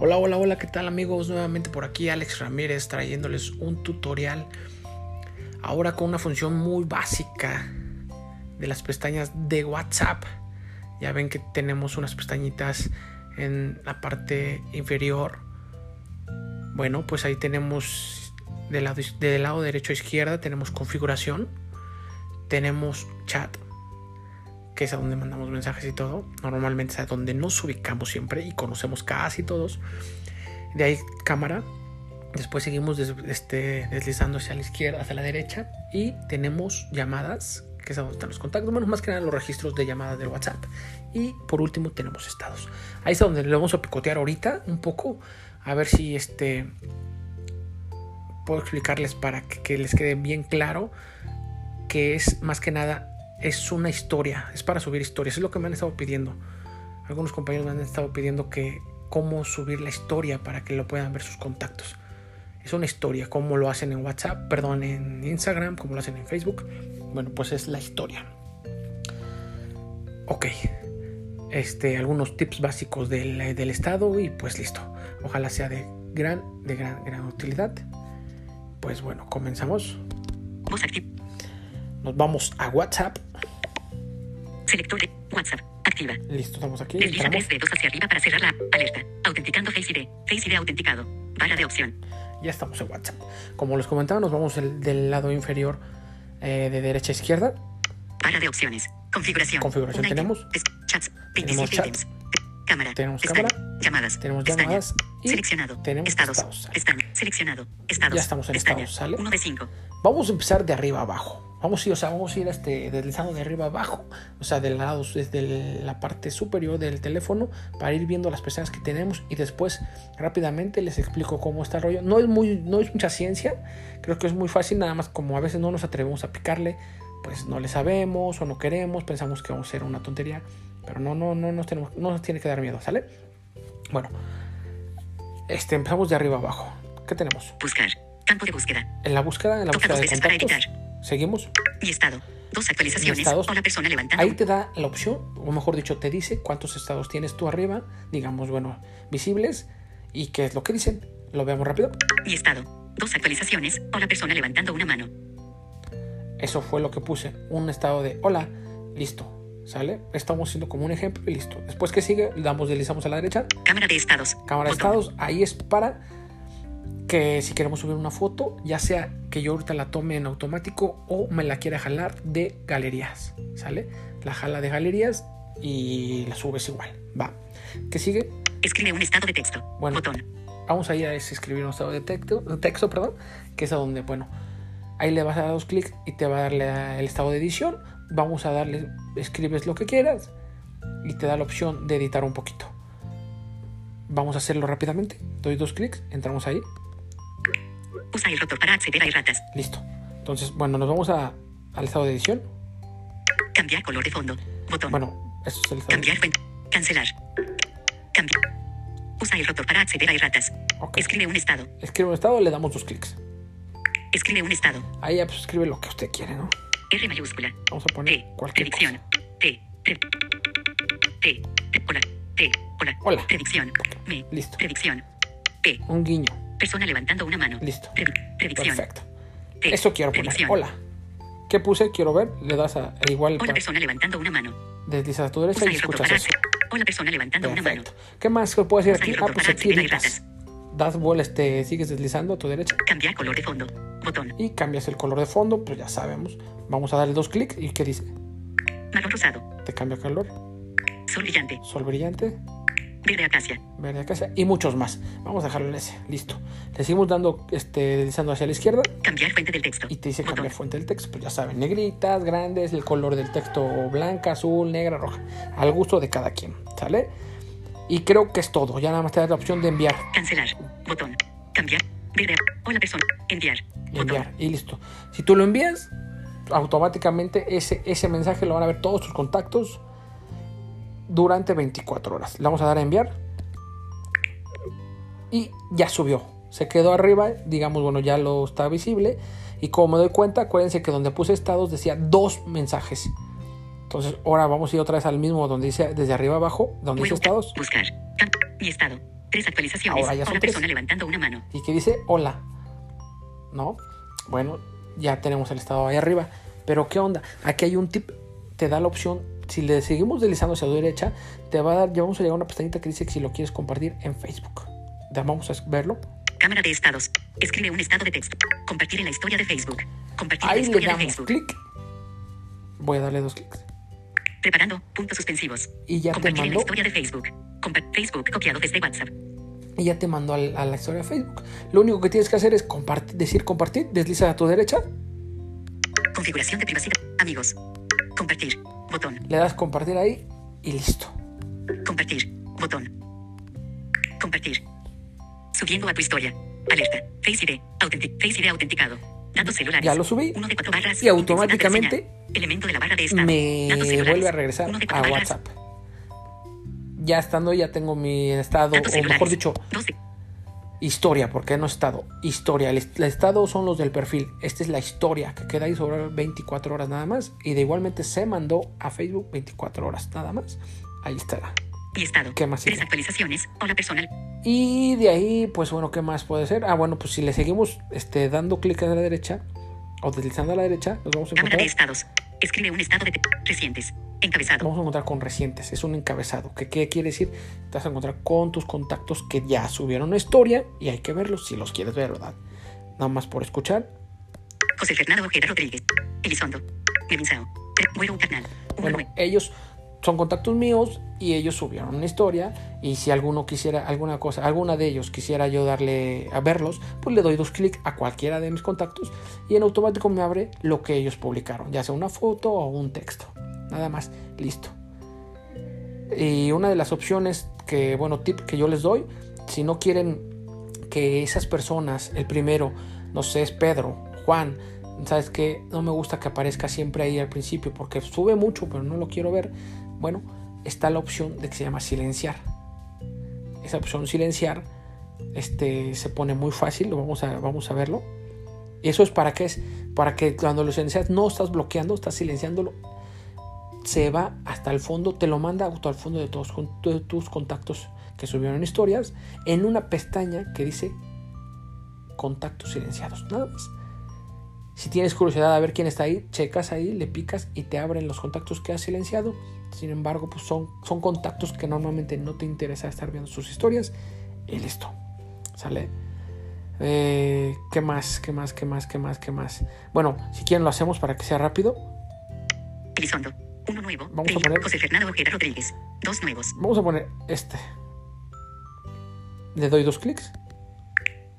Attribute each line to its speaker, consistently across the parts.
Speaker 1: Hola, hola, hola, ¿qué tal amigos? Nuevamente por aquí Alex Ramírez trayéndoles un tutorial ahora con una función muy básica de las pestañas de WhatsApp. Ya ven que tenemos unas pestañitas en la parte inferior. Bueno, pues ahí tenemos del lado, del lado derecho a izquierda tenemos configuración, tenemos chat, que es a donde mandamos mensajes y todo. Normalmente es a donde nos ubicamos siempre y conocemos casi todos. De ahí cámara. Después seguimos des este, deslizando hacia la izquierda, hacia la derecha. Y tenemos llamadas, que es a donde están los contactos. Bueno, más que nada los registros de llamadas del WhatsApp. Y por último tenemos estados. Ahí es a donde le vamos a picotear ahorita un poco. A ver si este... Puedo explicarles para que, que les quede bien claro que es más que nada es una historia, es para subir historias, es lo que me han estado pidiendo. Algunos compañeros me han estado pidiendo que cómo subir la historia para que lo puedan ver sus contactos. Es una historia, como lo hacen en WhatsApp, perdón, en Instagram, como lo hacen en Facebook. Bueno, pues es la historia. Ok, este, algunos tips básicos del, del estado y pues listo. Ojalá sea de gran, de gran, gran utilidad. Pues bueno, comenzamos.
Speaker 2: Voz activa.
Speaker 1: Nos vamos a WhatsApp.
Speaker 2: Selector de WhatsApp. Activa.
Speaker 1: Listo, estamos aquí.
Speaker 2: Desliza
Speaker 1: entramos.
Speaker 2: tres dedos hacia arriba para cerrar la alerta. Autenticando Face ID. Face ID autenticado. Barra de opción.
Speaker 1: Ya estamos en WhatsApp. Como les comentaba, nos vamos el- del lado inferior eh, de derecha a izquierda.
Speaker 2: Barra de opciones. Configuración.
Speaker 1: Configuración
Speaker 2: Una
Speaker 1: tenemos.
Speaker 2: item. Es- chats.
Speaker 1: Tenemos
Speaker 2: 27
Speaker 1: chat.
Speaker 2: ítems. Cámara.
Speaker 1: Tenemos
Speaker 2: Pestaña.
Speaker 1: cámara.
Speaker 2: Llamadas.
Speaker 1: Tenemos
Speaker 2: Pestaña.
Speaker 1: llamadas y
Speaker 2: Seleccionado.
Speaker 1: tenemos
Speaker 2: estados.
Speaker 1: estados.
Speaker 2: Pestaña. Seleccionado. Estados.
Speaker 1: Ya estamos en
Speaker 2: Pestaña.
Speaker 1: estados, ¿sale?
Speaker 2: 1 de 5.
Speaker 1: Vamos a empezar de arriba abajo. Vamos a ir, o sea, vamos a ir este, deslizando de arriba abajo, o sea, del lado, desde el- la parte superior del teléfono, para ir viendo las pestañas que tenemos y después rápidamente les explico cómo está el rollo. No es, muy, no es mucha ciencia, creo que es muy fácil, nada más como a veces no nos atrevemos a picarle, pues no le sabemos o no queremos, pensamos que vamos a hacer una tontería, pero no, no, no nos, tenemos, no nos tiene que dar miedo, ¿sale? Bueno, este, empezamos de arriba abajo. ¿Qué tenemos?
Speaker 2: Buscar. Campo de búsqueda.
Speaker 1: En la búsqueda, en la
Speaker 2: Toca
Speaker 1: búsqueda
Speaker 2: dos
Speaker 1: de
Speaker 2: veces para
Speaker 1: contactos. Seguimos.
Speaker 2: Mi estado. Dos actualizaciones.
Speaker 1: estados.
Speaker 2: O la persona levantando.
Speaker 1: Ahí te da la opción, o mejor dicho, te dice cuántos estados tienes tú arriba, digamos, bueno, visibles, y qué es lo que dicen. Lo veamos rápido.
Speaker 2: Mi estado. Dos actualizaciones. O la persona levantando una mano.
Speaker 1: Eso fue lo que puse, un estado de hola, listo, ¿sale? Estamos haciendo como un ejemplo y listo. Después que sigue, le damos, deslizamos a la derecha,
Speaker 2: Cámara de estados.
Speaker 1: cámara de
Speaker 2: Botón.
Speaker 1: estados, ahí es para que si queremos subir una foto, ya sea que yo ahorita la tome en automático o me la quiera jalar de galerías, ¿sale? La jala de galerías y la subes igual, va. ¿Qué sigue?
Speaker 2: Escribe un estado de texto.
Speaker 1: Bueno.
Speaker 2: Botón.
Speaker 1: vamos a ir a ese escribir un estado de texto, de texto perdón, que es a donde, bueno, ahí le vas a dar dos clics y te va a darle a- el estado de edición. Vamos a darle, escribes lo que quieras y te da la opción de editar un poquito. Vamos a hacerlo rápidamente. Doy dos clics, entramos ahí,
Speaker 2: Usa el rotor para acceder a erratas.
Speaker 1: listo. Entonces, bueno, nos vamos a- al estado de edición.
Speaker 2: Cambiar color de fondo. Botón.
Speaker 1: Bueno, eso es el estado de
Speaker 2: Cambiar fuente. Cancelar. Cambiar. Usa el rotor para acceder a erratas.
Speaker 1: Ok.
Speaker 2: Escribe un estado.
Speaker 1: Escribe un estado, le damos dos clics.
Speaker 2: Escribe un estado.
Speaker 1: Ahí ya pues, escribe lo que usted quiere, ¿no?
Speaker 2: R mayúscula.
Speaker 1: Vamos a
Speaker 2: T.
Speaker 1: poner cualquier cosa.
Speaker 2: Predicción. T. T. T. T. Hola. T. Hola.
Speaker 1: Hola.
Speaker 2: Predicción. Me.
Speaker 1: Listo.
Speaker 2: Predicción. P.
Speaker 1: Un guiño.
Speaker 2: Persona levantando una mano.
Speaker 1: Listo.
Speaker 2: Predi- predicción.
Speaker 1: Perfecto.
Speaker 2: T.
Speaker 1: Eso quiero poner.
Speaker 2: Predicción.
Speaker 1: Hola. ¿Qué puse? Quiero ver. Le das a e igual
Speaker 2: Hola
Speaker 1: para-
Speaker 2: persona levantando una mano.
Speaker 1: deslizas a tu derecha
Speaker 2: Usa
Speaker 1: y
Speaker 2: el rotor
Speaker 1: escuchas
Speaker 2: para
Speaker 1: eso.
Speaker 2: acceder. Hola persona levantando una mano.
Speaker 1: Perfecto. ¿Qué más se puede hacer
Speaker 2: Usa
Speaker 1: aquí?
Speaker 2: el
Speaker 1: Ah,
Speaker 2: rotor
Speaker 1: pues
Speaker 2: para
Speaker 1: aquí
Speaker 2: acceder a
Speaker 1: editas. Das vuelta, este, sigues deslizando a tu derecha
Speaker 2: Cambiar color de fondo. Botón.
Speaker 1: y cambias el color de fondo, pues ya sabemos. Vamos a darle dos clics y ¿qué dice?
Speaker 2: Marrón rosado.
Speaker 1: Te cambia color,
Speaker 2: Sol brillante.
Speaker 1: sol brillante,
Speaker 2: Verde acacia.
Speaker 1: verde casa y muchos más. Vamos a dejarlo en ese, listo. Le seguimos dando, este, deslizando hacia la izquierda
Speaker 2: Cambiar fuente del texto.
Speaker 1: y te dice
Speaker 2: Botón.
Speaker 1: cambiar fuente del texto, pues ya saben, negritas, grandes, el color del texto blanca, azul, negra, roja, al gusto de cada quien, ¿sale? Y creo que es todo, ya nada más te da la opción de enviar,
Speaker 2: Cancelar. Botón. Cambiar. Verde. Hola persona. Enviar.
Speaker 1: y
Speaker 2: Botón.
Speaker 1: enviar, y listo. Si tú lo envías, automáticamente ese, ese mensaje lo van a ver todos tus contactos durante 24 horas. Le vamos a dar a enviar y ya subió. Se quedó arriba, digamos, bueno, ya lo está visible. Y como me doy cuenta, acuérdense que donde puse estados decía dos mensajes. Entonces, ahora vamos a ir otra vez al mismo donde dice desde arriba abajo, donde dice
Speaker 2: Nuevo-
Speaker 1: estados.
Speaker 2: Buscar. Cam- Mi estado. Tres actualizaciones.
Speaker 1: Ahora ya son
Speaker 2: una
Speaker 1: tres.
Speaker 2: persona levantando una mano.
Speaker 1: y que dice hola. ¿No? Bueno, ya tenemos el estado ahí arriba. Pero ¿qué onda? Aquí hay un tip, te da la opción. Si le seguimos deslizando hacia la derecha, te va a dar, ya vamos a llegar a una pestañita que dice que si lo quieres compartir en Facebook. Ya vamos a verlo.
Speaker 2: Cámara de estados. Escribe un estado de texto. Compartir en la historia de Facebook. Compartir en la
Speaker 1: Ahí le
Speaker 2: historia de
Speaker 1: damos
Speaker 2: Facebook.
Speaker 1: clic. Voy a darle dos clics.
Speaker 2: Preparando. Puntos suspensivos.
Speaker 1: Y ya te
Speaker 2: Compartir en la
Speaker 1: mandó,
Speaker 2: historia de Facebook. Compa- Facebook copiado desde WhatsApp.
Speaker 1: y ya te mandó al- a, la historia de Facebook. Lo único que tienes que hacer es compartir, decir compartir, desliza a tu derecha,
Speaker 2: Configuración de privacidad. Amigos. Compartir. Botón.
Speaker 1: le das compartir ahí y listo.
Speaker 2: Compartir. Botón. Compartir. Subiendo a tu historia. Alerta. Face ID. Autentic. Face ID autenticado. Datos celulares.
Speaker 1: Ya lo subí.
Speaker 2: Uno de cuatro barras.
Speaker 1: Y automáticamente
Speaker 2: Intensidad de señal. Elemento de la barra de estado.
Speaker 1: me
Speaker 2: Datos celulares.
Speaker 1: vuelve a regresar
Speaker 2: Uno de
Speaker 1: a
Speaker 2: cuatro barras.
Speaker 1: WhatsApp. Ya estando, ya tengo mi estado,
Speaker 2: Datos
Speaker 1: o mejor
Speaker 2: celulares.
Speaker 1: dicho,
Speaker 2: Dos de-
Speaker 1: historia, porque no estado, historia. El, est- el estado son los del perfil. Esta es la historia que queda ahí sobre 24 horas nada más. Y de igualmente se mandó a Facebook 24 horas nada más. Ahí estará.
Speaker 2: Y estado.
Speaker 1: ¿Qué más
Speaker 2: Tres
Speaker 1: sigue?
Speaker 2: actualizaciones. Hola personal.
Speaker 1: Y de ahí, pues bueno, ¿qué más puede ser? Ah, bueno, pues si le seguimos este, dando clic a la derecha o deslizando a la derecha, nos vamos a
Speaker 2: Cámara de
Speaker 1: encontrar,
Speaker 2: estados. Escribe un estado de te- recientes. Encabezado.
Speaker 1: vamos a encontrar con recientes. Es un encabezado. ¿Qué, ¿Qué quiere decir? Te vas a encontrar con tus contactos que ya subieron una historia y hay que verlos si los quieres ver, ¿verdad? Nada más por escuchar.
Speaker 2: José Fernando Ojeda Rodríguez. Elizondo. Mevinzao. Güero Carnal.
Speaker 1: Bueno, ellos son contactos míos y ellos subieron una historia y si alguno quisiera alguna cosa, alguna de ellos quisiera yo darle a verlos, pues le doy dos clics a cualquiera de mis contactos y en automático me abre lo que ellos publicaron, ya sea una foto o un texto. Nada más, listo. Y una de las opciones que, bueno, tip que yo les doy, si no quieren que esas personas, el primero, no sé, es Pedro, Juan, sabes que no me gusta que aparezca siempre ahí al principio porque sube mucho, pero no lo quiero ver. Bueno, está la opción de que se llama silenciar. Esa opción silenciar este, se pone muy fácil, lo vamos a, vamos a verlo. Eso es para que es para que cuando lo silencias no estás bloqueando, estás silenciándolo. Se va hasta el fondo, te lo manda auto al fondo de todos con- de tus contactos que subieron historias en una pestaña que dice contactos silenciados. Nada más. Si tienes curiosidad a ver quién está ahí, checas ahí, le picas y te abren los contactos que has silenciado. Sin embargo, pues son, son contactos que normalmente no te interesa estar viendo sus historias. Y listo. ¿Sale? Eh, ¿Qué más? ¿Qué más? ¿Qué más? ¿Qué más? ¿Qué más? Bueno, si quieren lo hacemos para que sea rápido.
Speaker 2: Elizondo. Uno nuevo.
Speaker 1: Vamos a
Speaker 2: Ella,
Speaker 1: poner-
Speaker 2: José Fernando Ojeda Rodríguez. Dos nuevos.
Speaker 1: Vamos a poner este. Le doy dos clics.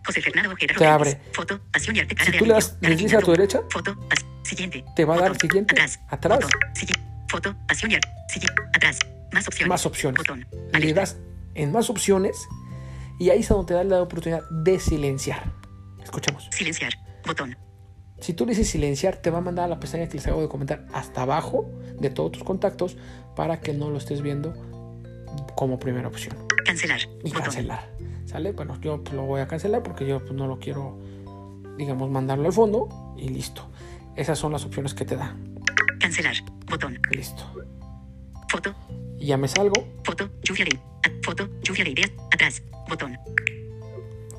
Speaker 2: José Fernando Ojeda
Speaker 1: Te
Speaker 2: Rodríguez.
Speaker 1: abre.
Speaker 2: Foto. Pasión y arte. Cara
Speaker 1: Si
Speaker 2: de
Speaker 1: tú Ah, le
Speaker 2: anillo,
Speaker 1: das
Speaker 2: cara de
Speaker 1: desliza a tu
Speaker 2: guindarlo.
Speaker 1: derecha,
Speaker 2: Foto. pas- siguiente.
Speaker 1: Te va a dar
Speaker 2: Botón.
Speaker 1: siguiente,
Speaker 2: Atrás.
Speaker 1: atrás.
Speaker 2: Botón. Sigui- Foto. Pasión y arte. sigui- Atrás. Más opciones.
Speaker 1: más opciones.
Speaker 2: Botón.
Speaker 1: Le
Speaker 2: Alerta.
Speaker 1: das en más opciones y ahí es a donde te da la oportunidad de silenciar. Escuchemos.
Speaker 2: Silenciar. Botón.
Speaker 1: Si tú le dices silenciar, te va a mandar a la pestaña que les acabo de comentar hasta abajo de todos tus contactos para que no lo estés viendo como primera opción
Speaker 2: Cancelar.
Speaker 1: y
Speaker 2: botón.
Speaker 1: cancelar. ¿Sale? Bueno, yo pues, lo voy a cancelar porque yo pues, no lo quiero, digamos, mandarlo al fondo y listo. Esas son las opciones que te da.
Speaker 2: Cancelar. Botón.
Speaker 1: Listo.
Speaker 2: Foto.
Speaker 1: Y ya me salgo,
Speaker 2: Foto. Lluvia de. a- Foto. Lluvia de ideas. Atrás. Botón.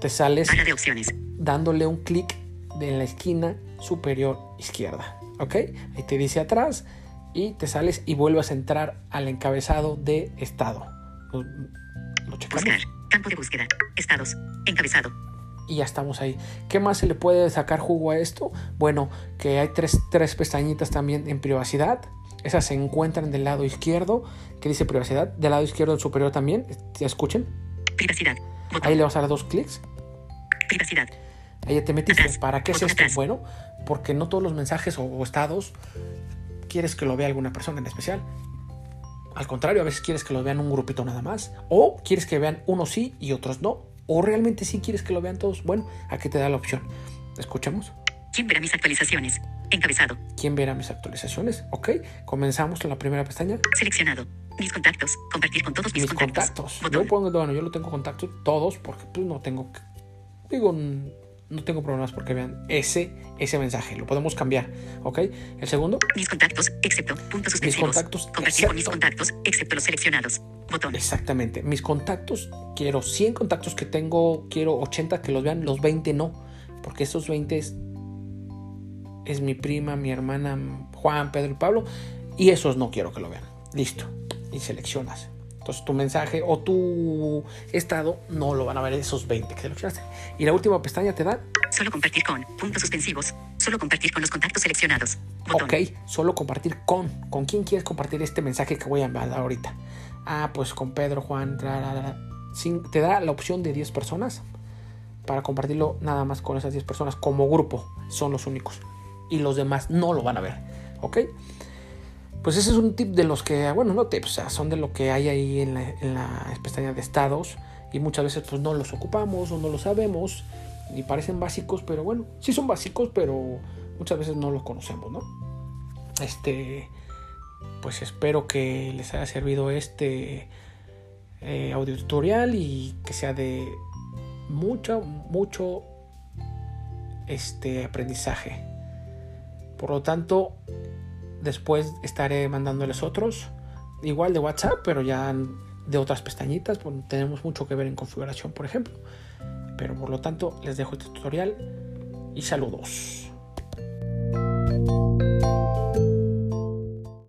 Speaker 1: te sales
Speaker 2: Barra de opciones.
Speaker 1: dándole un clic de la esquina superior izquierda. ¿Ok? Ahí te dice atrás y te sales y vuelves a entrar al encabezado de estado. Lo, lo checamos
Speaker 2: Buscar. Campo de búsqueda. Estados. Encabezado.
Speaker 1: y ya estamos ahí. ¿Qué más se le puede sacar jugo a esto? Bueno, que hay tres, tres pestañitas también en privacidad. Esas se encuentran del lado izquierdo, que dice privacidad. Del lado izquierdo superior también. Escuchen.
Speaker 2: Privacidad. Botón.
Speaker 1: Ahí le vas a dar dos clics.
Speaker 2: Privacidad.
Speaker 1: Ahí ya te metiste.
Speaker 2: Atrás.
Speaker 1: ¿Para qué es
Speaker 2: Botón
Speaker 1: esto?
Speaker 2: atrás.
Speaker 1: Bueno, porque no todos los mensajes o, o estados quieres que lo vea alguna persona en especial. Al contrario, a veces quieres que lo vean un grupito nada más. O quieres que vean unos sí y otros no. O realmente sí quieres que lo vean todos. Bueno, aquí te da la opción. Escuchamos.
Speaker 2: ¿Quién verá mis actualizaciones? Encabezado.
Speaker 1: ¿Quién verá mis actualizaciones? Ok, comenzamos con la primera pestaña.
Speaker 2: Seleccionado. Mis contactos. Compartir con todos mis,
Speaker 1: Mis contactos. Yo
Speaker 2: Botón.
Speaker 1: pongo, bueno, yo lo tengo contactos todos porque pues, no tengo, que- digo, n- no tengo problemas porque vean ese, ese mensaje. Lo podemos cambiar, ¿ok? El segundo,
Speaker 2: Mis contactos, excepto puntos
Speaker 1: mis
Speaker 2: suspensivos.
Speaker 1: contactos,
Speaker 2: Compartir con mis
Speaker 1: excepto.
Speaker 2: contactos, excepto los seleccionados. Botón.
Speaker 1: Exactamente. Mis contactos, quiero 100 contactos que tengo, quiero 80 que los vean, los 20 no, porque esos 20 es, es mi prima, mi hermana, Juan, Pedro y Pablo, y esos no quiero que lo vean. Listo. Y seleccionas. Entonces tu mensaje o tu estado no lo van a ver esos 20 que seleccionaste. Y la última pestaña te da,
Speaker 2: Solo compartir con. Puntos suspensivos. Solo compartir con los contactos seleccionados. Botón.
Speaker 1: ok, solo compartir con. ¿Con quién quieres compartir este mensaje que voy a mandar ahorita? Ah, pues con Pedro, Juan, tra, la, la, la. Sin- te da la opción de 10 personas para compartirlo nada más con esas 10 personas como grupo. Son los únicos. Y los demás no lo van a ver. ¿Ok? Pues ese es un tip de los que, bueno, no tips, o sea, son de lo que hay ahí en la, en la pestaña de estados y muchas veces pues no los ocupamos o no los sabemos y parecen básicos, pero bueno, sí son básicos, pero muchas veces no los conocemos, ¿no? Este, pues espero que les haya servido este eh, audio tutorial y que sea de mucho, mucho este aprendizaje. Por lo tanto, después estaré mandándoles otros, igual de WhatsApp, pero ya de otras pestañitas, pues, tenemos mucho que ver en configuración, por ejemplo. Pero por lo tanto, les dejo este tutorial y saludos.